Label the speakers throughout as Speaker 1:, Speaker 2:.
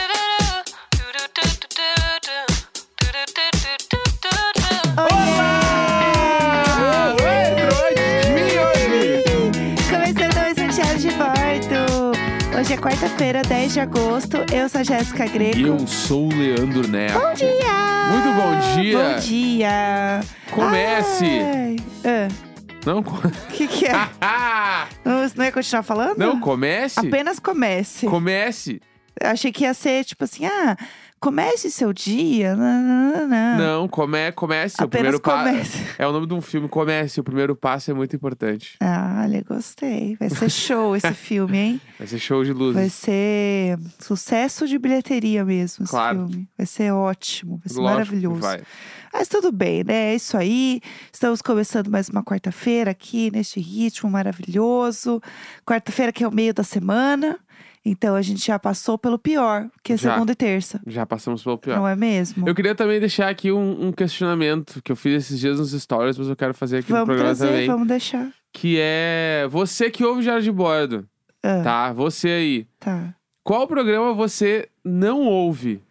Speaker 1: um Hoje é quarta-feira, 10 de agosto. Eu sou a Jéssica Greco.
Speaker 2: Eu sou o Leandro Neto.
Speaker 1: Bom dia!
Speaker 2: Muito bom dia!
Speaker 1: Bom dia!
Speaker 2: Comece!
Speaker 1: Ai. Ah,
Speaker 2: Não, co-
Speaker 1: O que que é? Não, você não ia continuar falando?
Speaker 2: não comece.
Speaker 1: Apenas comece.
Speaker 2: Comece.
Speaker 1: Achei que ia ser tipo assim, ah, comece seu dia. nananana.
Speaker 2: Não, come, comece. o
Speaker 1: Ah. Apenas
Speaker 2: primeiro passo.
Speaker 1: comece.
Speaker 2: É o nome de um filme, comece. O primeiro passo é muito importante.
Speaker 1: Ah, olha, gostei. Vai ser show esse filme, hein?
Speaker 2: Vai ser show de luzes.
Speaker 1: Vai ser sucesso de bilheteria mesmo esse
Speaker 2: Claro.
Speaker 1: filme. Vai ser ótimo, vai ser
Speaker 2: Lógico que
Speaker 1: maravilhoso.
Speaker 2: vai.
Speaker 1: Mas tudo bem, né? É isso aí. Estamos começando mais uma quarta-feira aqui neste ritmo maravilhoso. Quarta-feira que é o meio da semana. Então a gente já passou pelo pior, que é
Speaker 2: Já.
Speaker 1: segunda e terça.
Speaker 2: Já passamos pelo pior.
Speaker 1: Não é mesmo?
Speaker 2: Eu queria também deixar aqui um, um questionamento que eu fiz esses dias nos stories, mas eu quero fazer aqui no
Speaker 1: Vamos
Speaker 2: programa
Speaker 1: trazer,
Speaker 2: também.
Speaker 1: vamos deixar.
Speaker 2: Que é você que ouve Diário de Bordo,
Speaker 1: Ah,
Speaker 2: tá? Você aí.
Speaker 1: tá.
Speaker 2: Qual programa você não ouve?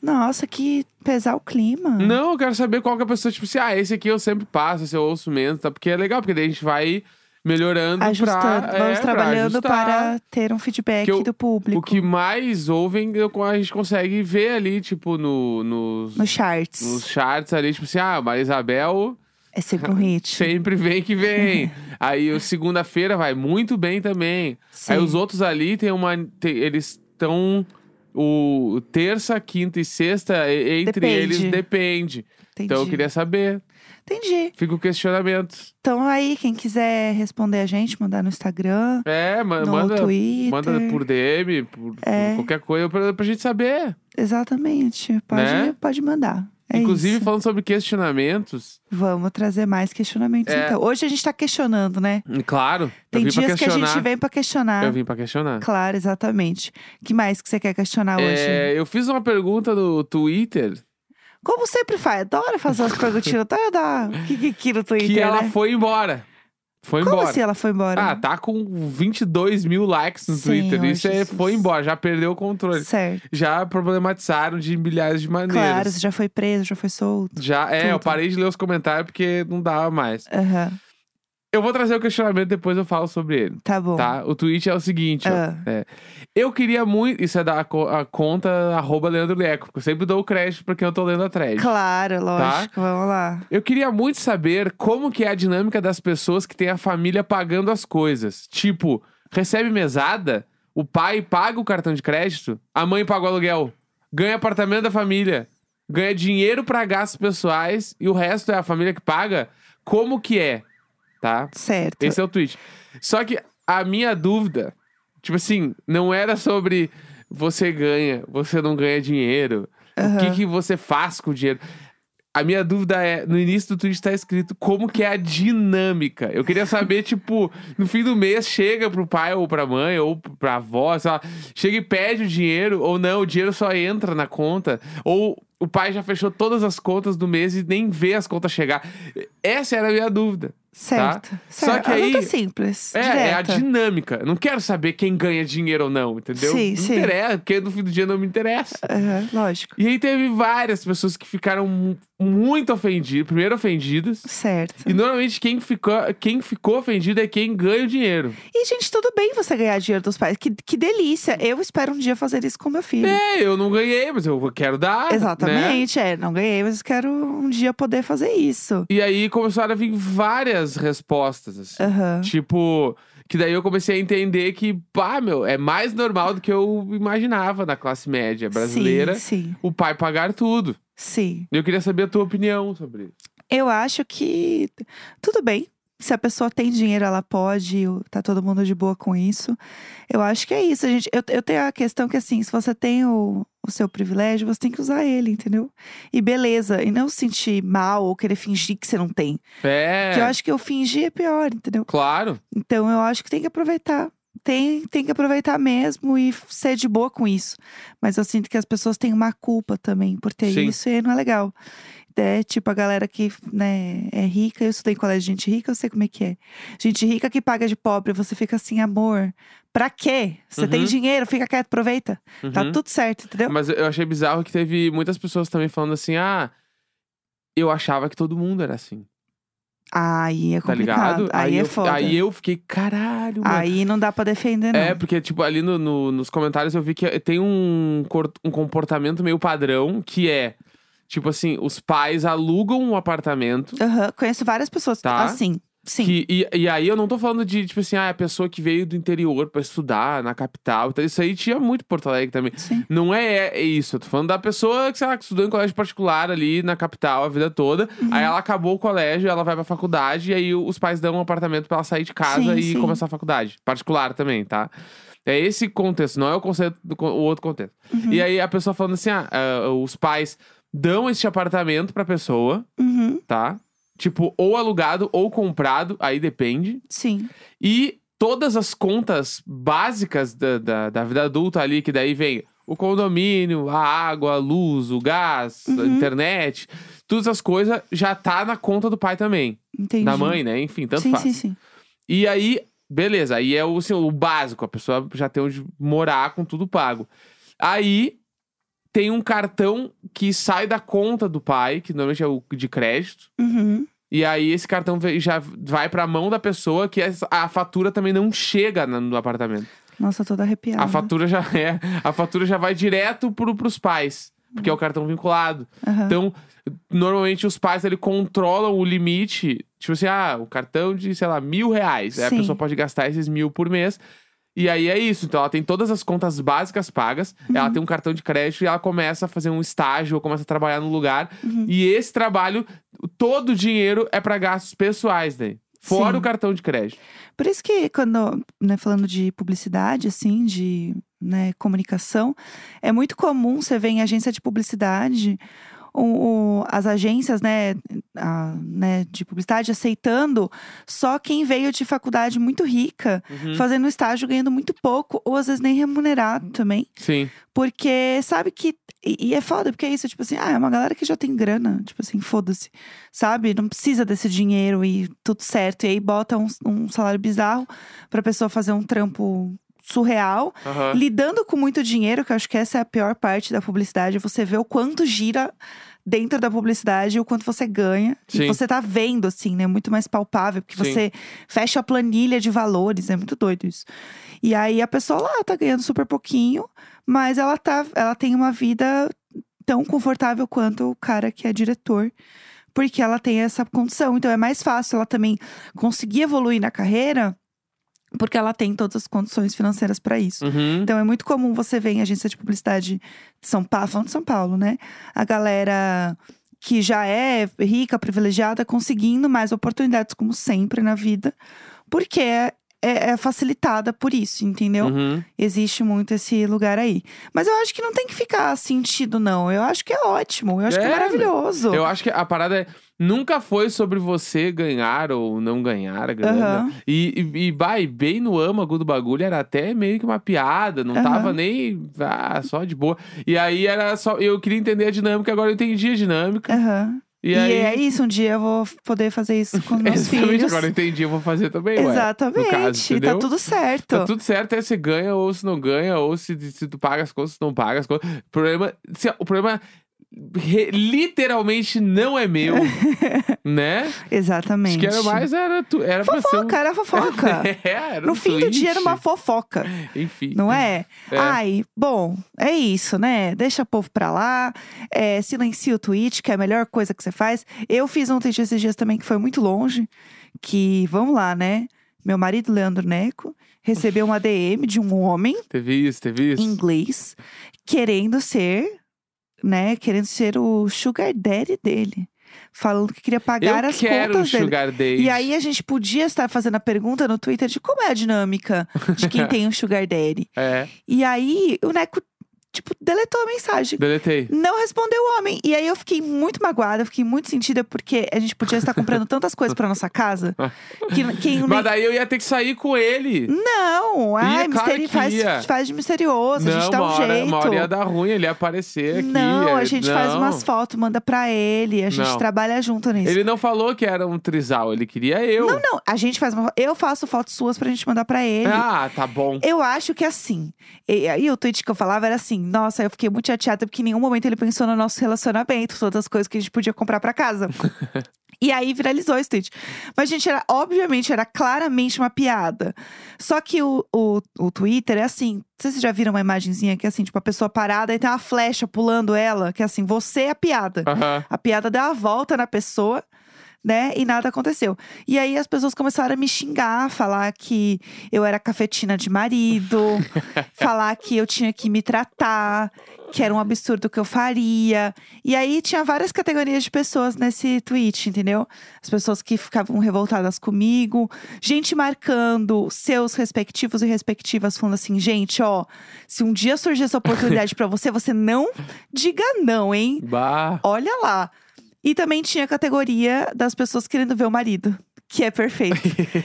Speaker 1: Nossa, que pesar o clima.
Speaker 2: Não, eu quero saber qual que é a pessoa, tipo assim, ah, esse aqui eu sempre passo, esse eu ouço menos, tá? Porque é legal, porque daí a gente vai melhorando
Speaker 1: Ajustando,
Speaker 2: pra...
Speaker 1: vamos
Speaker 2: é, pra
Speaker 1: trabalhando
Speaker 2: ajustar.
Speaker 1: para ter um feedback
Speaker 2: Que eu-
Speaker 1: do público.
Speaker 2: O que mais ouvem, eu- a gente consegue ver ali, tipo, no, nos,
Speaker 1: Nos charts.
Speaker 2: nos charts ali, tipo assim, ah, Maria Isabel
Speaker 1: É sempre um hit.
Speaker 2: sempre vem que vem. Aí o segunda-feira vai muito bem também.
Speaker 1: Sim.
Speaker 2: Aí os outros ali tem uma. tem- eles estão. O terça, quinta e sexta, e- entre
Speaker 1: Depende.
Speaker 2: eles, depende.
Speaker 1: Entendi.
Speaker 2: Então eu queria saber.
Speaker 1: Entendi.
Speaker 2: Fica o questionamento.
Speaker 1: Então aí, quem quiser responder a gente, mandar no Instagram,
Speaker 2: É, ma-
Speaker 1: no
Speaker 2: manda,
Speaker 1: Twitter.
Speaker 2: manda por DM, por, por
Speaker 1: É.
Speaker 2: qualquer coisa, pra, pra gente saber.
Speaker 1: Exatamente. Pode,
Speaker 2: Né?
Speaker 1: pode mandar. É
Speaker 2: Inclusive,
Speaker 1: isso.
Speaker 2: falando sobre questionamentos,
Speaker 1: Vamos trazer mais questionamentos,
Speaker 2: É.
Speaker 1: então. Hoje a gente tá questionando, né?
Speaker 2: claro,
Speaker 1: Tem
Speaker 2: eu vim pra
Speaker 1: dias que a
Speaker 2: questionar.
Speaker 1: gente né? vem pra questionar.
Speaker 2: Eu vim pra questionar.
Speaker 1: Claro, exatamente. que mais que você quer questionar hoje?
Speaker 2: É, eu fiz uma pergunta no Twitter,
Speaker 1: Como sempre faz, adoro fazer umas perguntinhas, adoro dar o que, que, que no Twitter,
Speaker 2: que ela
Speaker 1: né?
Speaker 2: foi embora. Foi
Speaker 1: Como
Speaker 2: embora.
Speaker 1: assim ela foi embora?
Speaker 2: Ah, tá com 22 mil likes no
Speaker 1: Senhor
Speaker 2: Twitter. Isso é,
Speaker 1: oh, Jesus.
Speaker 2: foi embora, já perdeu o controle.
Speaker 1: Certo.
Speaker 2: Já problematizaram de milhares de maneiras.
Speaker 1: Claro, você já foi preso, já foi solto.
Speaker 2: já, é, eu
Speaker 1: tudo.
Speaker 2: parei de ler os comentários porque não dava mais.
Speaker 1: Aham,
Speaker 2: Eu vou trazer o questionamento depois eu falo sobre ele,
Speaker 1: tá bom.
Speaker 2: tá? O tweet é o seguinte, ó.
Speaker 1: Ah.
Speaker 2: É, eu queria muito... Isso é da co- a conta arroba Leandro Leco, porque eu sempre dou o crédito pra quem eu tô lendo a thread. Tá?
Speaker 1: Claro, lógico, vamos lá.
Speaker 2: Eu queria muito saber como que é a dinâmica das pessoas que têm a família pagando as coisas. Tipo, recebe mesada, o pai paga o cartão de crédito, a mãe paga o aluguel, ganha apartamento da família, ganha dinheiro pra gastos pessoais e o resto é a família que paga. Como que é, tá?
Speaker 1: Certo.
Speaker 2: Esse é o tweet. Só que a minha dúvida, tipo assim, não era sobre você ganha, você não ganha dinheiro. O que,
Speaker 1: Aham.
Speaker 2: que você faz com o dinheiro? A minha dúvida é, no início do tweet tá escrito como que é a dinâmica. Eu queria saber, tipo, no fim do mês chega pro pai ou pra mãe ou pra avó, sei lá, chega e pede o dinheiro ou não, o dinheiro só entra na conta. Ou o pai já fechou todas as contas do mês e nem vê as contas chegar. Essa era a minha dúvida.
Speaker 1: Certo.
Speaker 2: Tá? Só
Speaker 1: certo.
Speaker 2: que
Speaker 1: Ah,
Speaker 2: aí-
Speaker 1: muito simples.
Speaker 2: É, é a
Speaker 1: direta.
Speaker 2: dinâmica. Eu Não quero saber quem ganha dinheiro ou não, entendeu?
Speaker 1: Sim,
Speaker 2: não
Speaker 1: sim.
Speaker 2: interessa, porque no fim do dia não me interessa.
Speaker 1: Aham, lógico.
Speaker 2: E aí teve várias pessoas que ficaram mu- muito ofendidas, primeiro ofendidas.
Speaker 1: Certo.
Speaker 2: E
Speaker 1: E...
Speaker 2: normalmente quem ficou, quem ficou ofendido é quem ganha o dinheiro.
Speaker 1: gente, tudo bem você ganhar dinheiro dos pais. Que, que delícia. Eu espero um dia fazer isso com meu filho.
Speaker 2: É, eu não ganhei, mas eu quero dar. né?
Speaker 1: Exatamente, é. Não ganhei, mas quero um dia poder fazer isso.
Speaker 2: E aí começaram a vir várias respostas, assim.
Speaker 1: Aham.
Speaker 2: Tipo, que daí eu comecei a entender que, pá, meu, é mais normal do que eu imaginava na classe média brasileira
Speaker 1: Sim,
Speaker 2: o pai pagar tudo.
Speaker 1: sim, sim.
Speaker 2: Eu queria saber a tua opinião sobre isso.
Speaker 1: Eu acho que tudo bem. Se a pessoa tem dinheiro, ela pode, tá todo mundo de boa com isso. Eu acho que é isso, gente. Eu, eu tenho a questão que, assim, se você tem o, o seu privilégio, você tem que usar ele, entendeu? E beleza, e não se sentir mal ou querer fingir que você não tem.
Speaker 2: É,
Speaker 1: Porque eu acho que eu fingir é pior, entendeu?
Speaker 2: claro.
Speaker 1: Então eu acho que tem que aproveitar. Tem, tem que aproveitar mesmo e f- ser de boa com isso. Mas eu sinto que as pessoas têm uma culpa também por ter
Speaker 2: Sim.
Speaker 1: isso e aí não é legal. É tipo a galera que né, é rica, eu estudei em colégio de gente rica, eu sei como é que é. Gente rica que paga de pobre, você fica assim, amor, pra quê? Você tem
Speaker 2: Uhum.
Speaker 1: dinheiro, fica quieto, aproveita. Tá
Speaker 2: Uhum.
Speaker 1: tudo certo, entendeu?
Speaker 2: Mas eu achei bizarro que teve muitas pessoas também falando assim: ah, eu achava que todo mundo era assim.
Speaker 1: Aí é
Speaker 2: tá
Speaker 1: complicado.
Speaker 2: ligado?
Speaker 1: Aí, é
Speaker 2: eu,
Speaker 1: foda.
Speaker 2: Aí eu fiquei, caralho, mano.
Speaker 1: Aí não dá pra defender, não.
Speaker 2: É, porque, tipo, ali no- no- nos comentários eu vi que tem um, cor- um comportamento meio padrão que é, tipo assim, os pais alugam um apartamento.
Speaker 1: Aham, Conheço várias pessoas
Speaker 2: Tá.
Speaker 1: assim. Sim.
Speaker 2: Que, e, e aí eu não tô falando de, tipo assim, ah, a pessoa que veio do interior pra estudar na capital. Então, isso aí tinha muito em Porto Alegre também.
Speaker 1: Sim.
Speaker 2: Não é, é isso. Eu tô falando da pessoa que, sei lá, que estudou em colégio particular ali na capital a vida toda.
Speaker 1: Uhum.
Speaker 2: Aí ela acabou o colégio, ela vai pra faculdade, e aí os pais dão um apartamento pra ela sair de casa
Speaker 1: Sim,
Speaker 2: e
Speaker 1: sim.
Speaker 2: começar a faculdade. Particular também, tá? É esse contexto, não é o, conceito do, con- o outro contexto.
Speaker 1: Uhum.
Speaker 2: E aí a pessoa falando assim: ah, ah, os pais dão este apartamento pra pessoa,
Speaker 1: Uhum,
Speaker 2: tá? Tipo, ou alugado ou comprado, aí depende.
Speaker 1: Sim.
Speaker 2: E todas as contas básicas da, da, da vida adulta ali, que daí vem o condomínio, a água, a luz, o gás, a
Speaker 1: Uhum.
Speaker 2: internet, todas as coisas já tá na conta do pai também.
Speaker 1: Entendi.
Speaker 2: Da mãe, né? Enfim, tanto
Speaker 1: sim,
Speaker 2: faz.
Speaker 1: sim, sim.
Speaker 2: E aí, beleza, aí é o, assim, o básico, a pessoa já tem onde morar com tudo pago. Aí tem um cartão que sai da conta do pai, que normalmente é o de crédito.
Speaker 1: Uhum.
Speaker 2: E aí esse cartão ve- já vai pra mão da pessoa que essa- a fatura também não chega na- no apartamento.
Speaker 1: Nossa, toda arrepiada.
Speaker 2: A fatura já é, a fatura já vai direto pro, pros pais, porque é o cartão vinculado.
Speaker 1: Aham.
Speaker 2: Então, normalmente os pais ele controlam o limite, tipo assim, ah, o cartão de, sei lá, mil reais. Aí a
Speaker 1: Sim.
Speaker 2: pessoa pode gastar esses mil por mês. E aí é isso. Então ela tem todas as contas básicas pagas,
Speaker 1: Uhum.
Speaker 2: ela tem um cartão de crédito e ela começa a fazer um estágio, ou começa a trabalhar no lugar.
Speaker 1: Uhum.
Speaker 2: E esse trabalho, todo o dinheiro é pra gastos pessoais daí. Fora
Speaker 1: Sim.
Speaker 2: o cartão de crédito.
Speaker 1: Por isso que quando, né, falando de publicidade, assim, de né, comunicação, é muito comum você ver em agência de publicidade o- o- as agências, né, a- né, de publicidade aceitando só quem veio de faculdade muito rica,
Speaker 2: Uhum.
Speaker 1: fazendo estágio, ganhando muito pouco, ou às vezes nem remunerado também.
Speaker 2: Sim.
Speaker 1: Porque sabe que. E, e é foda, porque é isso, tipo assim, ah, é uma galera que já tem grana, tipo assim, foda-se, sabe? Não precisa desse dinheiro e tudo certo. E aí bota um, um salário bizarro pra pessoa fazer um trampo surreal.
Speaker 2: Aham.
Speaker 1: Lidando com muito dinheiro, que eu acho que essa é a pior parte da publicidade, você vê o quanto gira dentro da publicidade e o quanto você ganha.
Speaker 2: Sim.
Speaker 1: E você tá vendo, assim, né? Muito mais palpável, porque
Speaker 2: Sim.
Speaker 1: você fecha a planilha de valores, é muito doido isso. E aí a pessoa lá tá ganhando super pouquinho, mas ela, tá, ela tem uma vida tão confortável quanto o cara que é diretor. Porque ela tem essa condição. Então é mais fácil ela também conseguir evoluir na carreira, porque ela tem todas as condições financeiras para isso.
Speaker 2: Uhum.
Speaker 1: Então é muito comum você ver em agência de publicidade de São Paulo, falando de São Paulo, né? A galera que já é rica, privilegiada, conseguindo mais oportunidades, como sempre na vida, porque é, é- é facilitada por isso, entendeu?
Speaker 2: Uhum.
Speaker 1: Existe muito esse lugar aí. Mas eu acho que não tem que ficar sentido, não. Eu acho que é ótimo, eu acho que
Speaker 2: É,
Speaker 1: é
Speaker 2: meu.
Speaker 1: maravilhoso.
Speaker 2: Eu acho que a parada é. Nunca foi sobre você ganhar ou não ganhar a grana.
Speaker 1: Aham.
Speaker 2: E, e, e, bah, e bem no âmago do bagulho era até meio que uma piada, não
Speaker 1: Aham.
Speaker 2: tava nem. Ah, só de boa. E aí era só. Eu queria entender a dinâmica, agora eu entendi a dinâmica.
Speaker 1: Aham.
Speaker 2: E,
Speaker 1: E,
Speaker 2: aí.
Speaker 1: é isso, um dia eu vou poder fazer isso com os meus
Speaker 2: Exatamente,
Speaker 1: filhos.
Speaker 2: agora eu entendi, eu vou fazer também, ué.
Speaker 1: Exatamente. tá
Speaker 2: entendeu?
Speaker 1: tudo certo.
Speaker 2: Tá tudo certo, aí você ganha ou se não ganha, ou se, se tu paga as contas, se não paga as contas. O problema, se- o problema re- literalmente não é meu, né?
Speaker 1: Exatamente.
Speaker 2: Acho que era mais, era, tu, era pra ser um...
Speaker 1: Fofoca, era fofoca.
Speaker 2: É, era
Speaker 1: No
Speaker 2: um
Speaker 1: fim do dia era uma
Speaker 2: tweet.
Speaker 1: fofoca,
Speaker 2: Enfim.
Speaker 1: não é?
Speaker 2: É.
Speaker 1: Ai, bom, é isso, né? Deixa o povo pra lá, é, silencia o tweet, que é a melhor coisa que você faz. Eu fiz um tweet esses dias também que foi muito longe, que, vamos lá, né? Meu marido, Leandro Neco, recebeu uma DM de um homem
Speaker 2: Teve isso, teve isso.
Speaker 1: em inglês, querendo ser, né? Querendo ser o sugar daddy dele. Falando que queria pagar
Speaker 2: Eu
Speaker 1: as
Speaker 2: quero um
Speaker 1: contas dele.
Speaker 2: sugar date.
Speaker 1: E aí a gente podia estar fazendo a pergunta no Twitter de como é a dinâmica de quem tem um sugar daddy.
Speaker 2: É,
Speaker 1: E aí o Neco, tipo, deletou a mensagem.
Speaker 2: deletei.
Speaker 1: Não respondeu o homem. E aí eu fiquei muito magoada, eu fiquei muito sentida, porque a gente podia estar comprando tantas coisas pra nossa casa que quem
Speaker 2: Mas daí eu ia ter que sair com ele.
Speaker 1: Não, ai,
Speaker 2: claro
Speaker 1: misteri-
Speaker 2: que ia.
Speaker 1: faz, faz de misterioso, a
Speaker 2: não,
Speaker 1: gente dá um
Speaker 2: uma hora,
Speaker 1: jeito.
Speaker 2: uma hora ia dar ruim, ele ia aparecer aqui.
Speaker 1: não, a
Speaker 2: é,
Speaker 1: gente faz
Speaker 2: não.
Speaker 1: umas fotos, manda pra ele, a gente
Speaker 2: Não.
Speaker 1: trabalha junto nisso.
Speaker 2: Ele não falou que era um trisal, ele queria eu.
Speaker 1: Não, não, a gente faz uma, eu faço fotos suas pra gente mandar pra ele.
Speaker 2: Ah, tá bom.
Speaker 1: Eu acho que assim. E aí o tweet que eu falava era assim: nossa, eu fiquei muito chateada porque em nenhum momento ele pensou no nosso relacionamento, todas as coisas que a gente podia comprar pra casa. E aí viralizou esse tweet. Mas, gente, era, obviamente, era claramente uma piada. Só que o, o, o Twitter é assim. Não sei se vocês já viram uma imagenzinha que é assim, tipo, a pessoa parada e tem uma flecha pulando ela, que é assim, você é a piada.
Speaker 2: Aham.
Speaker 1: A piada deu a volta na pessoa, né? E nada aconteceu. E aí as pessoas começaram a me xingar, falar que eu era cafetina de marido, falar que eu tinha que me tratar, que era um absurdo que eu faria. E aí tinha várias categorias de pessoas nesse tweet, entendeu? As pessoas que ficavam revoltadas comigo, gente marcando seus respectivos e respectivas falando assim, gente, ó, se um dia surgir essa oportunidade pra você, você não diga não, hein?
Speaker 2: Bah.
Speaker 1: Olha lá. E também tinha a categoria das pessoas querendo ver o marido, que é perfeito.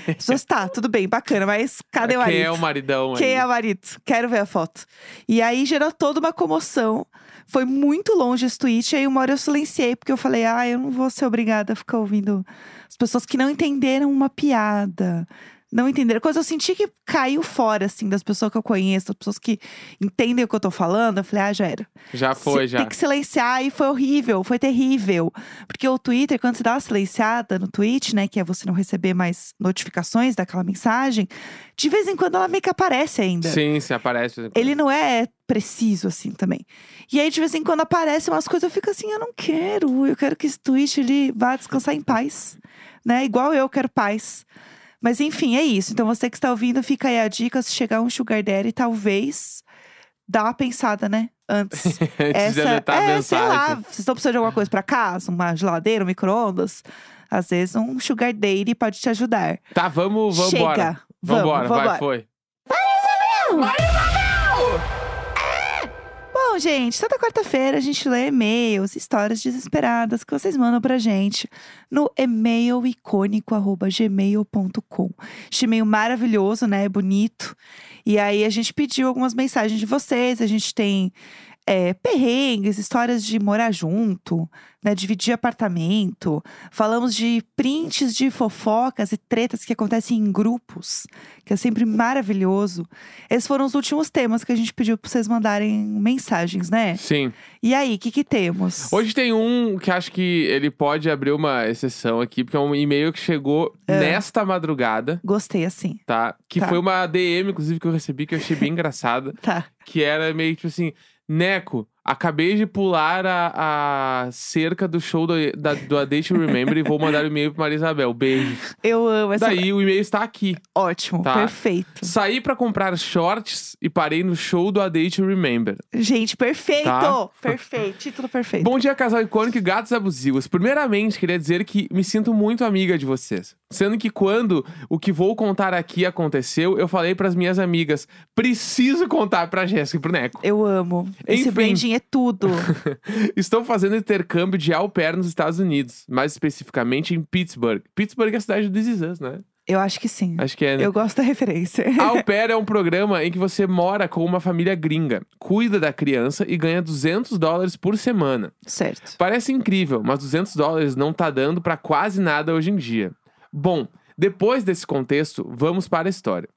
Speaker 1: As pessoas, tá, tudo bem, bacana, mas cadê o marido?
Speaker 2: Quem é o maridão aí?
Speaker 1: Quem é o marido? Quero ver a foto. E aí gerou toda uma comoção. Foi muito longe esse tweet. Aí uma hora eu silenciei, porque eu falei, ah, eu não vou ser obrigada a ficar ouvindo as pessoas que não entenderam uma piada. Não entenderam. Coisa eu senti que caiu fora, assim, das pessoas que eu conheço, das pessoas que entendem o que eu tô falando. Eu falei, ah, já era.
Speaker 2: Já foi,
Speaker 1: Se-
Speaker 2: já.
Speaker 1: Tem que silenciar e foi horrível, foi terrível. Porque o Twitter, quando você dá uma silenciada no tweet, né, que é você não receber mais notificações daquela mensagem, de vez em quando ela meio que aparece ainda.
Speaker 2: Sim, se aparece.
Speaker 1: Ele não é preciso assim também. E aí, de vez em quando, aparecem umas coisas, eu fico assim, eu não quero, eu quero que esse tweet ele vá descansar em paz. Né? Igual eu quero paz. Mas enfim, é isso. Então você que está ouvindo, fica aí a dica. Se chegar um Sugar Daddy, talvez dá uma pensada, né? Antes.
Speaker 2: Antes de deletar a
Speaker 1: é, sei
Speaker 2: mensagem.
Speaker 1: lá, vocês estão precisando de alguma coisa pra casa? Uma geladeira, um micro-ondas? Às vezes um sugar daddy pode te ajudar.
Speaker 2: Tá, vamos, vamos
Speaker 1: Chega.
Speaker 2: embora.
Speaker 1: Vamos,
Speaker 2: embora,
Speaker 1: vamos
Speaker 2: vai,
Speaker 1: embora.
Speaker 2: foi.
Speaker 1: Bom, gente, toda quarta-feira a gente lê e-mails, histórias desesperadas que vocês mandam pra gente no e-mailicônico.gmail.com. Este e-mail maravilhoso, né? Bonito. E aí a gente pediu algumas mensagens de vocês, a gente tem é, perrengues, histórias de morar junto, né? Dividir apartamento. Falamos de prints de fofocas e tretas que acontecem em grupos, que é sempre maravilhoso. Esses foram os últimos temas que a gente pediu pra vocês mandarem mensagens, né?
Speaker 2: Sim.
Speaker 1: E aí, o que que temos?
Speaker 2: Hoje tem um que acho que ele pode abrir uma exceção aqui, porque é um e-mail que chegou nesta madrugada,
Speaker 1: Gostei assim.
Speaker 2: tá? Que
Speaker 1: Ah. Tá.
Speaker 2: foi uma DM, inclusive, que eu recebi, que eu achei bem engraçada,
Speaker 1: Tá.
Speaker 2: que era meio tipo assim: Neco, acabei de pular a, a cerca do show do, da, do A Day to Remember e vou mandar o e-mail pra Maria Isabel. Beijo.
Speaker 1: Eu amo essa.
Speaker 2: Daí o e-mail está aqui.
Speaker 1: Ótimo,
Speaker 2: Tá.
Speaker 1: perfeito.
Speaker 2: Saí pra comprar shorts e parei no show do A Day to Remember.
Speaker 1: Gente, perfeito!
Speaker 2: Tá.
Speaker 1: Perfeito, título perfeito.
Speaker 2: Bom dia, casal icônico e gatos abusivos. Primeiramente, queria dizer que me sinto muito amiga de vocês. Sendo que quando o que vou contar aqui aconteceu, eu falei pras minhas amigas: preciso contar pra Jéssica e pro Neco.
Speaker 1: Eu amo. Esse
Speaker 2: Enfim.
Speaker 1: branding é tudo.
Speaker 2: Estou fazendo intercâmbio de au pair nos Estados Unidos, mais especificamente em Pittsburgh. Pittsburgh é a cidade do This Is Us, né?
Speaker 1: Eu acho que sim.
Speaker 2: Acho que é, né?
Speaker 1: Eu gosto da referência.
Speaker 2: Au pair é um programa em que você mora com uma família gringa, cuida da criança e ganha 200 dólares por semana.
Speaker 1: certo.
Speaker 2: Parece incrível, mas 200 dólares não tá dando pra quase nada hoje em dia. Bom, depois desse contexto, vamos para a história.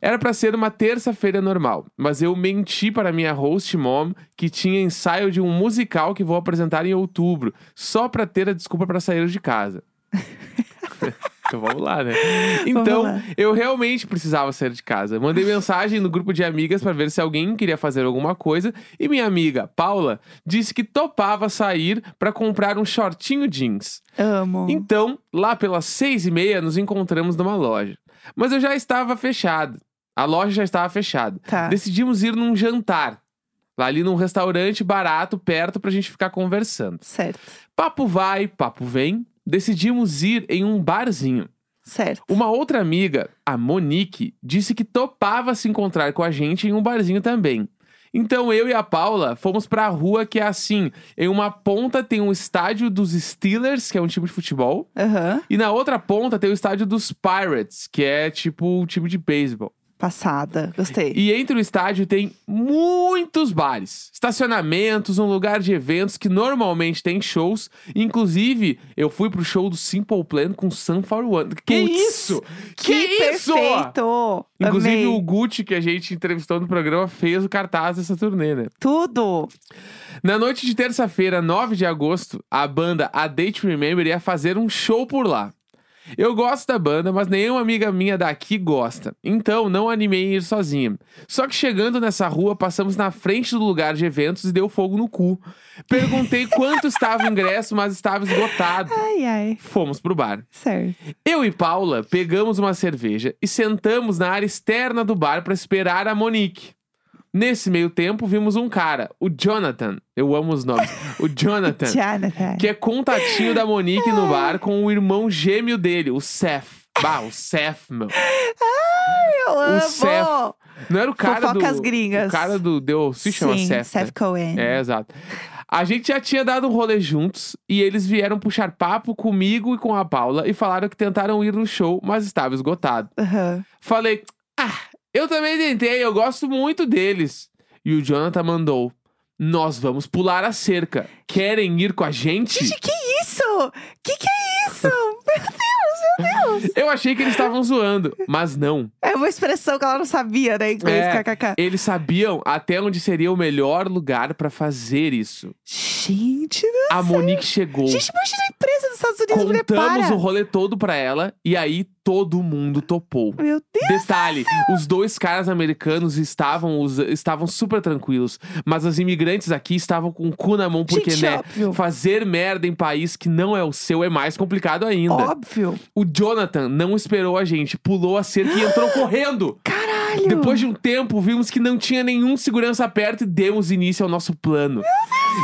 Speaker 2: Era pra ser uma terça-feira normal, mas eu menti para minha host mom que tinha ensaio de um musical que vou apresentar em outubro, só pra ter a desculpa pra sair de casa. então vamos lá, né? Então,
Speaker 1: lá.
Speaker 2: eu realmente precisava sair de casa. Mandei mensagem no grupo de amigas pra ver se alguém queria fazer alguma coisa e minha amiga, Paula, disse que topava sair pra comprar um shortinho jeans.
Speaker 1: Amo.
Speaker 2: Então, lá pelas seis e meia, nos encontramos numa loja. Mas eu já estava fechado. A loja já estava fechada.
Speaker 1: Tá.
Speaker 2: Decidimos ir num jantar. Lá ali num restaurante barato, perto, pra gente ficar conversando.
Speaker 1: Certo.
Speaker 2: Papo vai, papo vem. Decidimos ir em um barzinho.
Speaker 1: Certo.
Speaker 2: Uma outra amiga, a Monique, disse que topava se encontrar com a gente em um barzinho também. Então eu e a Paula fomos pra rua que é assim: em uma ponta tem um estádio dos Steelers, que é um time de futebol,
Speaker 1: Aham.
Speaker 2: e na outra ponta tem o estádio dos Pirates, que é tipo um time de beisebol.
Speaker 1: Passada. Gostei.
Speaker 2: E entre o estádio tem muitos bares, estacionamentos, um lugar de eventos que normalmente tem shows. Inclusive, eu fui pro show do Simple Plan com Sun for One. Que
Speaker 1: Putz,
Speaker 2: isso? Que, isso?
Speaker 1: perfeito!
Speaker 2: Inclusive,
Speaker 1: Amei.
Speaker 2: o Gucci, que a gente entrevistou no programa, fez o cartaz dessa turnê, né?
Speaker 1: Tudo!
Speaker 2: Na noite de terça-feira, 9 de agosto, a banda A Day to Remember ia fazer um show por lá. Eu gosto da banda, mas nenhuma amiga minha daqui gosta. Então, não animei em ir sozinha. Só que chegando nessa rua, passamos na frente do lugar de eventos e deu fogo no cu. Perguntei quanto estava o ingresso, mas estava esgotado.
Speaker 1: Ai, ai.
Speaker 2: Fomos pro bar.
Speaker 1: Certo.
Speaker 2: Eu e Paula pegamos uma cerveja e sentamos na área externa do bar para esperar a Monique. Nesse meio tempo, vimos um cara, o Jonathan. Eu amo os nomes. O Jonathan,
Speaker 1: Jonathan.
Speaker 2: que é contatinho da Monique no bar com o irmão gêmeo dele, o Seth. Bah, o Seth, meu.
Speaker 1: Eu amo!
Speaker 2: Seth. Não era o cara
Speaker 1: Fofocas
Speaker 2: do...
Speaker 1: gringas.
Speaker 2: O cara do... Deu, se chama
Speaker 1: Sim,
Speaker 2: Seth, né?
Speaker 1: Seth Cohen.
Speaker 2: É, exato. A gente já tinha dado um rolê juntos e eles vieram puxar papo comigo e com a Paula e falaram que tentaram ir no show, mas estava esgotado.
Speaker 1: Aham.
Speaker 2: Falei, ah, eu também tentei, eu gosto muito deles. E o Jonathan mandou, nós vamos pular a cerca. Querem ir com a gente?
Speaker 1: Gente, que isso? Que que é isso?
Speaker 2: Eu achei que eles estavam zoando, mas não.
Speaker 1: É uma expressão que ela não sabia, né? Em inglês,
Speaker 2: É.
Speaker 1: kkk.
Speaker 2: Eles sabiam até onde seria o melhor lugar pra fazer isso.
Speaker 1: Gente, né?
Speaker 2: A Monique chegou.
Speaker 1: gente, imagina a empresa dos Estados Unidos, mulher,
Speaker 2: Contamos
Speaker 1: para.
Speaker 2: o rolê todo pra ela e aí todo mundo topou.
Speaker 1: Meu Deus.
Speaker 2: Detalhe, os dois caras americanos estavam, os- estavam super tranquilos, mas os imigrantes aqui estavam com o cu na mão porque,
Speaker 1: gente,
Speaker 2: né?
Speaker 1: óbvio.
Speaker 2: Fazer merda em país que não é o seu é mais complicado ainda.
Speaker 1: Óbvio.
Speaker 2: O Jonathan não esperou a gente, pulou a cerca e entrou correndo.
Speaker 1: Caralho.
Speaker 2: Depois de um tempo, vimos que não tinha nenhum segurança perto e demos início ao nosso plano.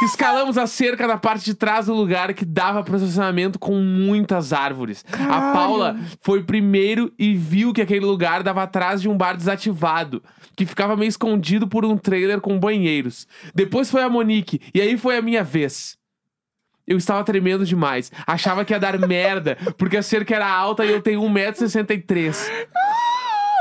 Speaker 2: Escalamos a cerca na parte de trás do lugar que dava para estacionamento com muitas árvores.
Speaker 1: Caralho.
Speaker 2: A Paula foi primeiro e viu que aquele lugar dava atrás de um bar desativado, que ficava meio escondido por um trailer com banheiros. Depois foi a Monique, e aí foi a minha vez. Eu estava tremendo demais. Achava que ia dar merda, porque a cerca era alta e eu tenho 1,63m.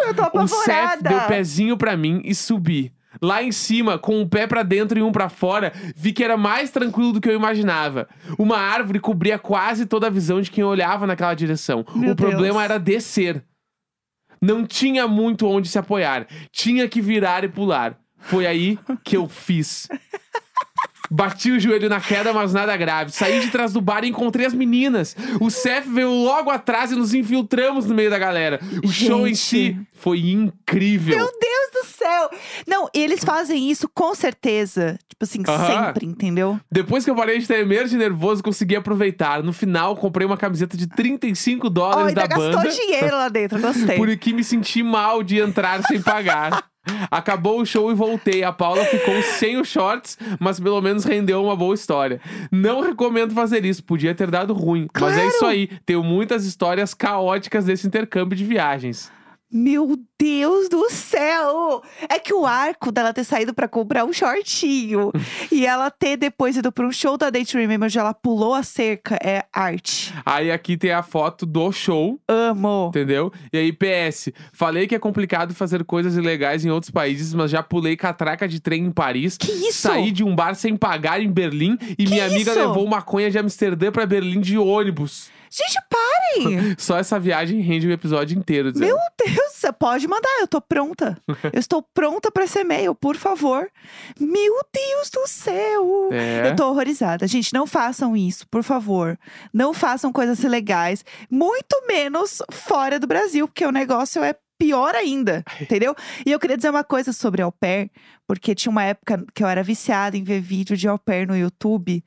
Speaker 1: Eu tô
Speaker 2: O um Seth
Speaker 1: apavorada.
Speaker 2: deu pezinho pra mim e subi. Lá em cima, com um pé pra dentro e um pra fora, vi que era mais tranquilo do que eu imaginava. Uma árvore cobria quase toda a visão de quem olhava naquela direção.
Speaker 1: Meu
Speaker 2: o problema
Speaker 1: Deus.
Speaker 2: era descer. Não tinha muito onde se apoiar. Tinha que virar e pular. Foi aí que eu fiz. Bati o joelho na queda, mas nada grave. Saí de trás do bar e encontrei as meninas. O Seth veio logo atrás e nos infiltramos no meio da galera. O show em si
Speaker 1: Gente.
Speaker 2: foi incrível.
Speaker 1: Meu Deus do céu. Não, e eles fazem isso com certeza. Tipo assim,
Speaker 2: Aham.
Speaker 1: sempre, entendeu?
Speaker 2: Depois que eu parei de tremer de nervoso, consegui aproveitar. No final, comprei uma camiseta de 35
Speaker 1: Ó,
Speaker 2: dólares
Speaker 1: ainda
Speaker 2: da
Speaker 1: gastou
Speaker 2: banda.
Speaker 1: dinheiro lá dentro, gostei.
Speaker 2: Por que me senti mal de entrar sem pagar. Acabou o show e voltei. A Paula ficou sem os shorts, mas pelo menos rendeu uma boa história. Não recomendo fazer isso, podia ter dado ruim. Mas é
Speaker 1: Claro!
Speaker 2: isso aí, tenho muitas histórias caóticas desse intercâmbio de viagens.
Speaker 1: Meu Deus do céu! É que o arco dela ter saído pra comprar um shortinho e ela ter depois ido pra um show da Date Remember onde ela pulou a cerca é arte.
Speaker 2: Aí aqui tem a foto do show,
Speaker 1: Amo!
Speaker 2: entendeu? E aí, PS, falei que é complicado fazer coisas ilegais em outros países, mas já pulei catraca de trem em Paris.
Speaker 1: Que isso?
Speaker 2: Saí de um bar sem pagar em Berlim e minha amiga
Speaker 1: isso?
Speaker 2: levou maconha de Amsterdã pra Berlim de ônibus.
Speaker 1: Gente, parem!
Speaker 2: Só essa viagem rende o episódio inteiro. dizendo.
Speaker 1: Meu Deus, você pode mandar, eu tô pronta. Eu estou pronta pra esse e-mail, por favor. Meu Deus do céu!
Speaker 2: É.
Speaker 1: Eu tô horrorizada. Gente, não façam isso, por favor. Não façam coisas ilegais, muito menos fora do Brasil, porque o negócio é pior ainda, entendeu? E eu queria dizer uma coisa sobre au pair, porque tinha uma época que eu era viciada em ver vídeo de au pair no YouTube,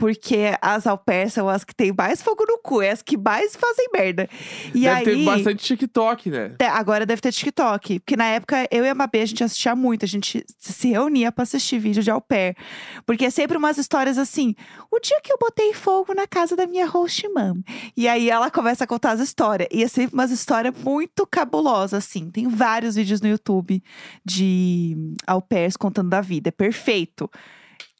Speaker 1: porque as au pairs são as que têm mais fogo no cu, é as que mais fazem merda. E
Speaker 2: Deve
Speaker 1: aí
Speaker 2: ter bastante TikTok, né?
Speaker 1: te- Agora deve ter TikTok. Porque na época eu e a Mabê, a gente assistia muito. A gente se reunia pra assistir vídeo de au pair. Porque é sempre umas histórias assim. O dia que eu botei fogo na casa da minha host mom. E aí ela começa a contar as histórias. E é sempre umas histórias muito cabulosas, assim. Tem vários vídeos no YouTube de hum, au pairs contando da vida. É perfeito.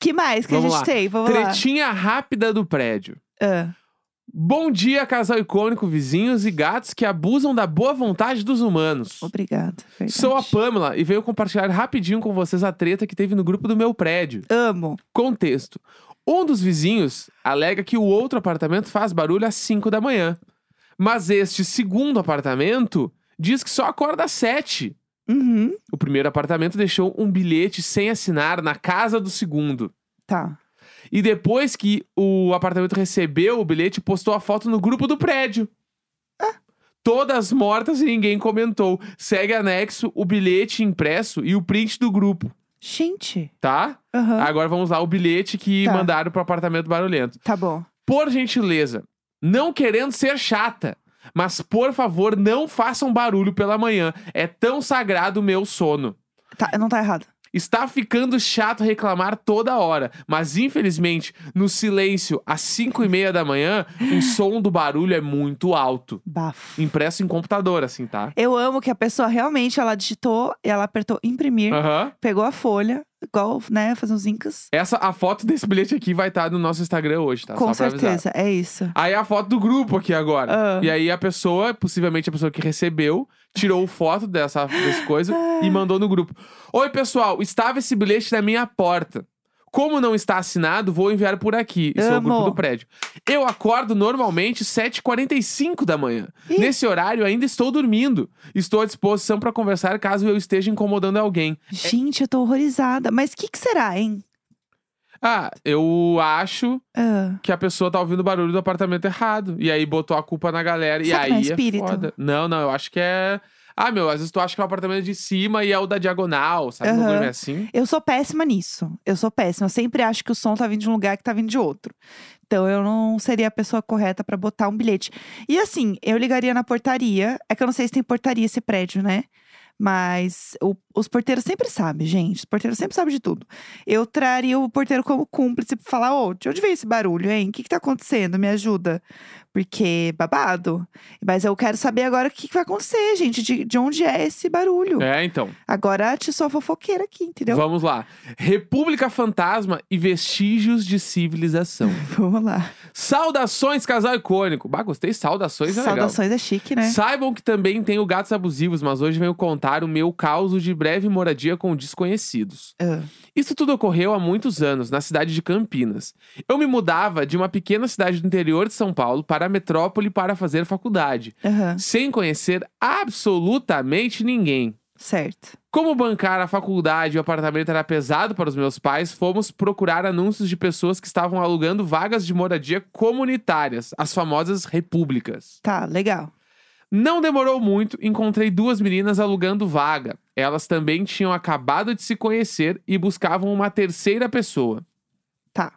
Speaker 1: Que mais que
Speaker 2: Vamos
Speaker 1: a gente
Speaker 2: lá.
Speaker 1: tem? Vamos lá.
Speaker 2: Tretinha rápida do prédio.
Speaker 1: Ah,
Speaker 2: Bom dia, casal icônico, vizinhos e gatos que abusam da boa vontade dos humanos.
Speaker 1: Obrigada. verdade.
Speaker 2: Sou a Pamela e venho compartilhar rapidinho com vocês a treta que teve no grupo do meu prédio.
Speaker 1: Amo.
Speaker 2: Contexto. Um dos vizinhos alega que o outro apartamento faz barulho às 5 da manhã. Mas este segundo apartamento diz que só acorda às 7.
Speaker 1: Uhum.
Speaker 2: O primeiro apartamento deixou um bilhete sem assinar na casa do segundo.
Speaker 1: Tá.
Speaker 2: E depois que o apartamento recebeu o bilhete, postou a foto no grupo do prédio. Ah. Todas mortas e ninguém comentou. Segue anexo o bilhete impresso e o print do grupo,
Speaker 1: Gente.
Speaker 2: tá?
Speaker 1: Aham.
Speaker 2: Agora vamos lá, o bilhete que
Speaker 1: Ah. Tá.
Speaker 2: mandaram pro apartamento barulhento.
Speaker 1: Tá bom.
Speaker 2: Por gentileza, não querendo ser chata, mas por favor, não façam barulho pela manhã. É tão sagrado o meu sono.
Speaker 1: Tá, não tá errado.
Speaker 2: Está ficando chato reclamar toda hora, mas infelizmente, no silêncio, às 5 e meia da manhã, o som do barulho é muito alto.
Speaker 1: Bafo.
Speaker 2: Impresso em computador, assim, tá?
Speaker 1: Eu amo que a pessoa realmente, ela digitou, ela apertou imprimir,
Speaker 2: Aham.
Speaker 1: pegou a folha, igual, né, fazer uns incas.
Speaker 2: Essa, a foto desse bilhete aqui vai estar no nosso Instagram hoje, tá?
Speaker 1: Com
Speaker 2: Só pra avisar.
Speaker 1: certeza, é isso.
Speaker 2: Aí a foto do grupo aqui agora.
Speaker 1: Ah.
Speaker 2: E aí a pessoa, possivelmente a pessoa que recebeu, tirou foto dessa desse coisa e mandou no grupo. Oi, pessoal, estava esse bilhete na minha porta. Como não está assinado, vou enviar por aqui. Isso é o grupo
Speaker 1: Amo.
Speaker 2: do prédio. Eu acordo normalmente 7h45 da manhã.
Speaker 1: Ih.
Speaker 2: Nesse horário, ainda estou dormindo. Estou à disposição para conversar caso eu esteja incomodando alguém.
Speaker 1: Gente, eu tô horrorizada. Mas o que, que será, hein?
Speaker 2: Ah, eu acho
Speaker 1: Ah,
Speaker 2: que a pessoa tá ouvindo o barulho do apartamento errado. E aí botou a culpa na galera.
Speaker 1: Será
Speaker 2: e
Speaker 1: que não é
Speaker 2: aí
Speaker 1: espírito?
Speaker 2: é foda. Não, não, eu acho que é. Ah, meu, às vezes tu acha que é o apartamento de cima e é o da diagonal, sabe? Um
Speaker 1: Aham.
Speaker 2: bagulho meio assim.
Speaker 1: eu sou péssima nisso. Eu sou péssima. Eu sempre acho que o som tá vindo de um lugar que tá vindo de outro. Então eu não seria a pessoa correta pra botar um bilhete. E assim, eu ligaria na portaria. É que eu não sei se tem portaria esse prédio, né? Mas o- os porteiros sempre sabem, gente. Os porteiros sempre sabem de tudo. Eu traria o porteiro como cúmplice pra falar: ô, de onde veio esse barulho, hein? O que, que tá acontecendo? Me ajuda. Porque é babado. Mas eu quero saber agora o que, que vai acontecer, gente. De, de onde é esse barulho?
Speaker 2: É, então.
Speaker 1: Agora te sou a fofoqueira aqui, entendeu?
Speaker 2: Vamos lá. República Fantasma e Vestígios de Civilização.
Speaker 1: Vamos lá.
Speaker 2: Saudações, casal icônico. Bah, gostei. Saudações é legal.
Speaker 1: Saudações é chique, né?
Speaker 2: Saibam que também tenho gatos abusivos, mas hoje venho contar o meu caos de breve moradia com desconhecidos.
Speaker 1: Ah,
Speaker 2: Isso tudo ocorreu há muitos anos, na cidade de Campinas. Eu me mudava de uma pequena cidade do interior de São Paulo para a metrópole para fazer faculdade,
Speaker 1: aham,
Speaker 2: sem conhecer absolutamente ninguém.
Speaker 1: certo.
Speaker 2: Como bancar a faculdade e o apartamento era pesado para os meus pais, fomos procurar anúncios de pessoas que estavam alugando vagas de moradia comunitárias, as famosas repúblicas.
Speaker 1: Tá, legal.
Speaker 2: Não demorou muito, encontrei duas meninas alugando vaga. Elas também tinham acabado de se conhecer e buscavam uma terceira pessoa.
Speaker 1: Tá.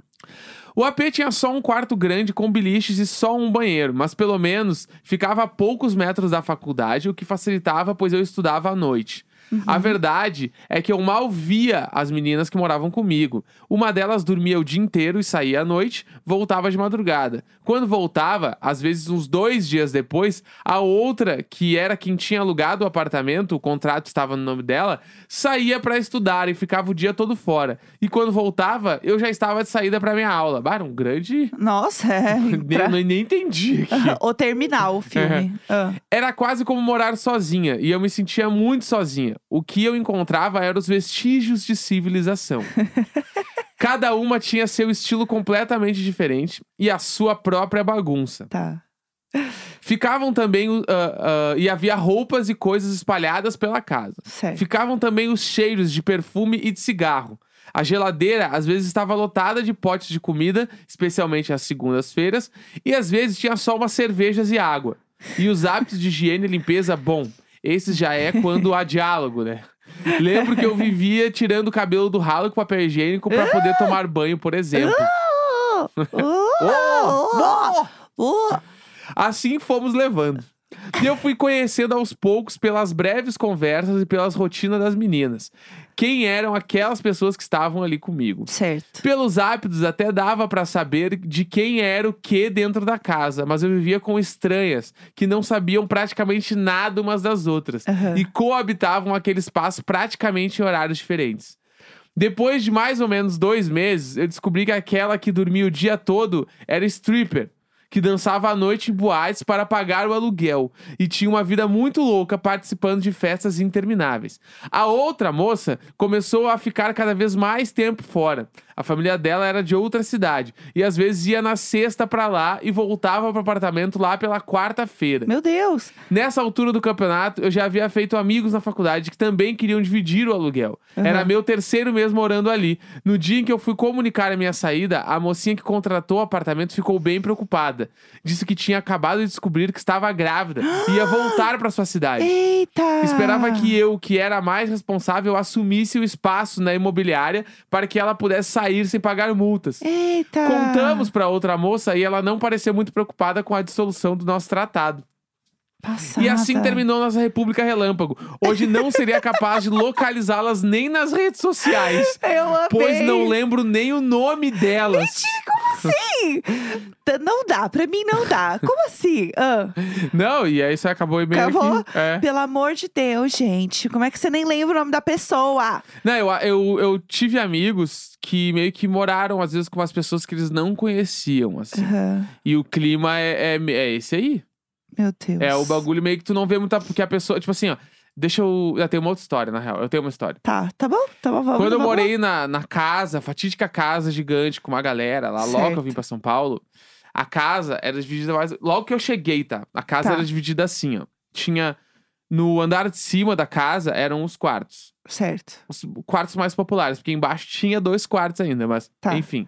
Speaker 2: O AP tinha só um quarto grande com biliches e só um banheiro, mas pelo menos ficava a poucos metros da faculdade, o que facilitava, pois eu estudava à noite. A verdade é que eu mal via as meninas que moravam comigo. Uma delas dormia o dia inteiro e saía à noite, voltava de madrugada. Quando voltava, às vezes uns dois dias depois, a outra, que era quem tinha alugado o apartamento, o contrato estava no nome dela, saía pra estudar e ficava o dia todo fora. E quando voltava, eu já estava de saída pra minha aula. Bah, era um grande.
Speaker 1: Nossa, é. pra-
Speaker 2: Nem, nem entendi aqui.
Speaker 1: Aham, O Terminal, o filme. Ah,
Speaker 2: Era quase como morar sozinha, e eu me sentia muito sozinha. O que eu encontrava eram os vestígios de civilização. Cada uma tinha seu estilo completamente diferente e a sua própria bagunça.
Speaker 1: tá.
Speaker 2: Ficavam também. uh, uh, e havia roupas e coisas espalhadas pela casa.
Speaker 1: Certo.
Speaker 2: Ficavam também os cheiros de perfume e de cigarro. A geladeira às vezes estava lotada de potes de comida, especialmente às segundas-feiras, e às vezes tinha só umas cervejas e água. E os hábitos de higiene e limpeza, bom, esses já é quando há diálogo, né? Lembro que eu vivia tirando o cabelo do ralo com papel higiênico para poder tomar banho, por exemplo.
Speaker 1: Oh, oh,
Speaker 2: Oh,
Speaker 1: oh.
Speaker 2: Assim fomos levando. E eu fui conhecendo aos poucos pelas breves conversas e pelas rotinas das meninas. Quem eram aquelas pessoas que estavam ali comigo.
Speaker 1: Certo.
Speaker 2: Pelos hábitos até dava pra saber de quem era o que dentro da casa, mas eu vivia com estranhas que não sabiam praticamente nada umas das outras
Speaker 1: Aham.
Speaker 2: e coabitavam aquele espaço praticamente em horários diferentes. Depois de mais ou menos dois meses, eu descobri que aquela que dormia o dia todo era stripper, que dançava à noite em boates para pagar o aluguel e tinha uma vida muito louca participando de festas intermináveis. A outra moça começou a ficar cada vez mais tempo fora. A família dela era de outra cidade e às vezes ia na sexta para lá e voltava para o apartamento lá pela quarta-feira.
Speaker 1: Meu Deus!
Speaker 2: Nessa altura do campeonato, eu já havia feito amigos na faculdade que também queriam dividir o aluguel.
Speaker 1: Uhum.
Speaker 2: Era meu terceiro mês morando ali. No dia em que eu fui comunicar a minha saída, a mocinha que contratou o apartamento ficou bem preocupada. Disse que tinha acabado de descobrir que estava grávida e ia voltar para sua cidade.
Speaker 1: Eita!
Speaker 2: Esperava que eu, que era a mais responsável, assumisse o espaço na imobiliária para que ela pudesse sair sem pagar multas.
Speaker 1: Eita!
Speaker 2: Contamos para outra moça e ela não parecia muito preocupada com a dissolução do nosso tratado.
Speaker 1: Passada.
Speaker 2: E assim terminou nossa República Relâmpago. Hoje não seria capaz de localizá-las nem nas redes sociais,
Speaker 1: Eu amei.
Speaker 2: pois não lembro nem o nome delas.
Speaker 1: Sim! T- Não dá, pra mim não dá. Como assim? Ah,
Speaker 2: Não, e aí você acabou o e-mail
Speaker 1: Acabou?
Speaker 2: aqui. É.
Speaker 1: Pelo amor de Deus, gente. Como é que você nem lembra o nome da pessoa?
Speaker 2: Não, eu, eu, eu tive amigos que meio que moraram, às vezes, com umas pessoas que eles não conheciam, assim.
Speaker 1: Aham.
Speaker 2: E o clima é, é, é esse aí.
Speaker 1: Meu Deus.
Speaker 2: É o bagulho meio que tu não vê muita. Porque a pessoa, tipo assim, ó. Deixa eu. Eu tenho uma outra história, na real. Eu tenho uma história.
Speaker 1: Tá, tá bom, tá bom, vamos.
Speaker 2: Quando eu
Speaker 1: vamos.
Speaker 2: morei na, na casa, fatídica casa gigante com uma galera lá, logo que eu
Speaker 1: Certo.
Speaker 2: vim pra São Paulo, a casa era dividida mais. Logo que eu cheguei, tá? A casa
Speaker 1: Tá.
Speaker 2: era dividida assim, ó. Tinha. No andar de cima da casa eram os quartos.
Speaker 1: Certo.
Speaker 2: Os quartos mais populares, porque embaixo tinha dois quartos ainda, mas
Speaker 1: Tá.
Speaker 2: enfim.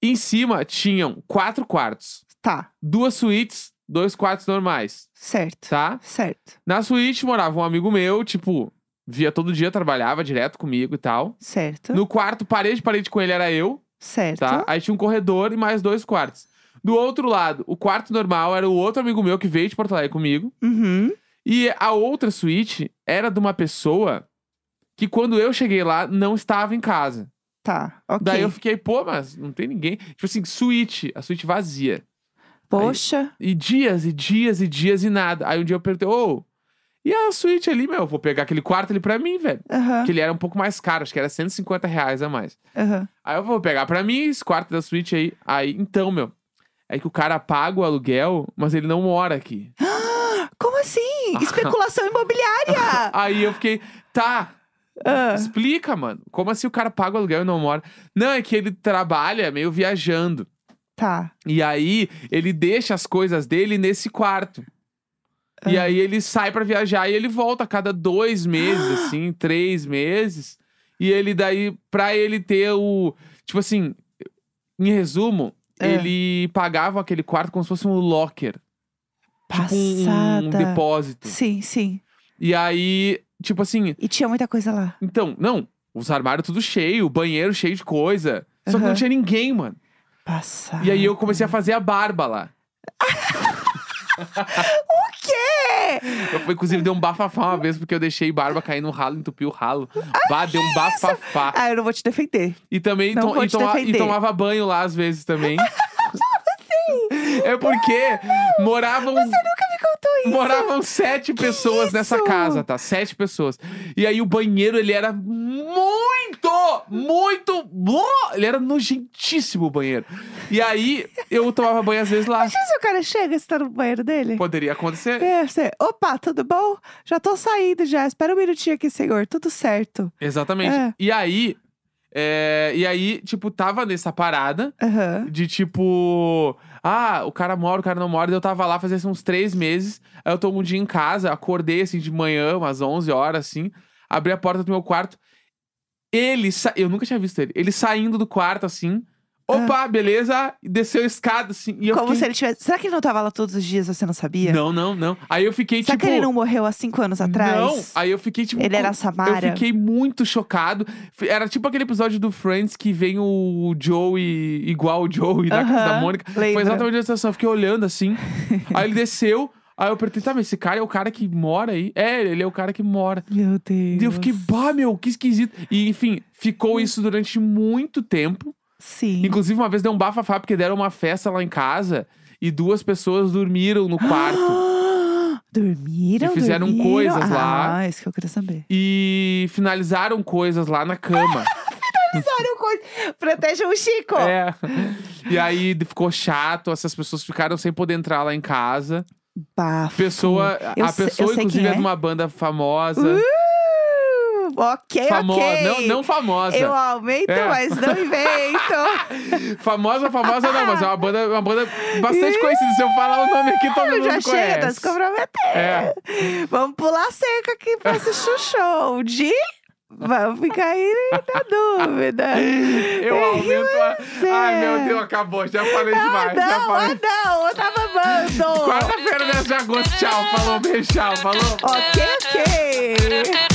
Speaker 2: Em cima tinham quatro quartos,
Speaker 1: Tá,
Speaker 2: duas suítes, dois quartos normais,
Speaker 1: certo.
Speaker 2: tá?
Speaker 1: Certo,
Speaker 2: Na suíte morava um amigo meu, tipo, via todo dia, trabalhava direto comigo e tal.
Speaker 1: certo.
Speaker 2: No quarto, parede, parede com ele era eu,
Speaker 1: Certo.
Speaker 2: tá? Aí tinha um corredor e mais dois quartos. Do outro lado, o quarto normal era o outro amigo meu que veio de Porto Alegre comigo.
Speaker 1: Uhum.
Speaker 2: E a outra suíte era de uma pessoa que quando eu cheguei lá, não estava em casa.
Speaker 1: Tá, ok.
Speaker 2: Daí eu fiquei, pô, mas não tem ninguém. Tipo assim, suíte, a suíte vazia.
Speaker 1: Poxa,
Speaker 2: E dias, e dias, e dias, e nada. Aí um dia eu perguntei, ô, e a suíte ali, meu? Vou pegar aquele quarto ali pra mim, velho.
Speaker 1: aham,
Speaker 2: Que ele era um pouco mais caro, acho que era 150 reais a mais.
Speaker 1: aham.
Speaker 2: Aí eu vou pegar pra mim esse quarto da suíte aí. Aí, então, meu. É que o cara paga o aluguel, mas ele não mora aqui.
Speaker 1: Como assim? Especulação imobiliária!
Speaker 2: Aí eu fiquei, tá,
Speaker 1: Ah,
Speaker 2: explica, mano. Como assim o cara paga o aluguel e não mora? Não, é que ele trabalha meio viajando.
Speaker 1: tá.
Speaker 2: E aí ele deixa as coisas dele nesse quarto. E aí ele sai pra viajar e ele volta a cada dois meses, assim, três meses. E ele daí, pra ele ter o. Tipo assim, em resumo,
Speaker 1: É.
Speaker 2: ele pagava aquele quarto como se fosse um locker. Tipo um- um,
Speaker 1: Passada.
Speaker 2: depósito.
Speaker 1: Sim, sim.
Speaker 2: E aí, tipo assim,
Speaker 1: E tinha muita coisa lá.
Speaker 2: então, não, os armários tudo cheio, o banheiro cheio de coisa. Só que não
Speaker 1: Aham.
Speaker 2: tinha ninguém, mano.
Speaker 1: Passada.
Speaker 2: E aí eu comecei a fazer a barba lá.
Speaker 1: quê?
Speaker 2: Eu, fui, inclusive, dei um bafafá uma vez, porque eu deixei barba cair no ralo, entupiu o ralo. Bah, deu um bafafá.
Speaker 1: Ah, eu não vou te defender.
Speaker 2: E também
Speaker 1: Não
Speaker 2: to-
Speaker 1: vou
Speaker 2: e,
Speaker 1: te
Speaker 2: toma- e
Speaker 1: defender.
Speaker 2: tomava banho lá às vezes também. É porque moravam,
Speaker 1: Você nunca me contou isso.
Speaker 2: moravam sete pessoas nessa
Speaker 1: isso?
Speaker 2: casa, tá? Sete pessoas. E aí o banheiro, ele era muito, muito. bom. Ele era nojentíssimo o banheiro. E aí eu tomava banho às vezes lá.
Speaker 1: Imagina se o cara chega, você tá no banheiro dele.
Speaker 2: Poderia acontecer.
Speaker 1: É, você, opa, tudo bom? Já tô saindo já. Espera um minutinho aqui, senhor. Tudo certo.
Speaker 2: Exatamente.
Speaker 1: É.
Speaker 2: E aí. é, e aí, tipo, tava nessa parada
Speaker 1: Aham.
Speaker 2: de tipo. Ah, o cara mora, o cara não mora. Daí Eu tava lá fazia assim, uns três meses. Aí eu tô um dia em casa, acordei assim de manhã, umas 11 horas, assim. Abri a porta do meu quarto. Ele. Sa... Eu nunca tinha visto ele. Ele saindo do quarto assim. Opa, beleza? E desceu a escada assim. E eu
Speaker 1: Ah. Como se
Speaker 2: fiquei...
Speaker 1: ele tivesse. Será que ele não tava lá todos os dias, você não sabia?
Speaker 2: Não, não, não. Aí eu fiquei
Speaker 1: Será
Speaker 2: tipo.
Speaker 1: que ele não morreu há cinco anos atrás?
Speaker 2: Não, aí eu fiquei tipo.
Speaker 1: Ele era
Speaker 2: "Como-
Speaker 1: Samara.
Speaker 2: Eu fiquei muito chocado. F- Era tipo aquele episódio do Friends que vem o Joey igual o Joey da casa da
Speaker 1: Aham,
Speaker 2: Mônica. Foi
Speaker 1: lembra.
Speaker 2: exatamente essa situação. Eu fiquei olhando assim. aí ele desceu. Aí eu perguntei, tá, mas esse cara é o cara que mora aí? É, ele é o cara que mora.
Speaker 1: Meu
Speaker 2: E
Speaker 1: Deus.
Speaker 2: eu fiquei, bah, meu, que esquisito. E enfim, ficou isso durante muito tempo.
Speaker 1: Sim.
Speaker 2: Inclusive, uma vez deu um bafafá porque deram uma festa lá em casa e duas pessoas dormiram no quarto.
Speaker 1: Dormiram?
Speaker 2: E fizeram
Speaker 1: dormiram?
Speaker 2: coisas lá.
Speaker 1: Ah, isso que eu queria saber.
Speaker 2: e finalizaram coisas lá na cama.
Speaker 1: Fizeram coisas. Protejam o Chico.
Speaker 2: É. E aí ficou chato, essas pessoas ficaram sem poder entrar lá em casa.
Speaker 1: Bafo.
Speaker 2: Pessoa,
Speaker 1: Eu
Speaker 2: a
Speaker 1: se- eu
Speaker 2: pessoa,
Speaker 1: sei quem
Speaker 2: inclusive, é.
Speaker 1: é.
Speaker 2: de uma banda famosa.
Speaker 1: Uh, ok,
Speaker 2: famosa.
Speaker 1: ok.
Speaker 2: Não, não famosa.
Speaker 1: Eu aumento,
Speaker 2: É.
Speaker 1: mas não invento.
Speaker 2: Famosa, famosa não, mas é uma banda, uma banda bastante conhecida. Se eu falar o nome aqui, todo
Speaker 1: Eu
Speaker 2: mundo
Speaker 1: já
Speaker 2: conhece.
Speaker 1: chega, tá se comprometendo.
Speaker 2: É.
Speaker 1: Vamos pular seca aqui pra esse show de... Vamos ficar aí na dúvida.
Speaker 2: Eu aumento a. Ai, meu Deus, acabou. Já falei demais.
Speaker 1: É Ah, não,
Speaker 2: já
Speaker 1: ah,
Speaker 2: falei. né,
Speaker 1: não, eu tava amando.
Speaker 2: Quarta-feira, 10 de agosto. Tchau. Falou, beijo, tchau. Falou.
Speaker 1: Ok, ok.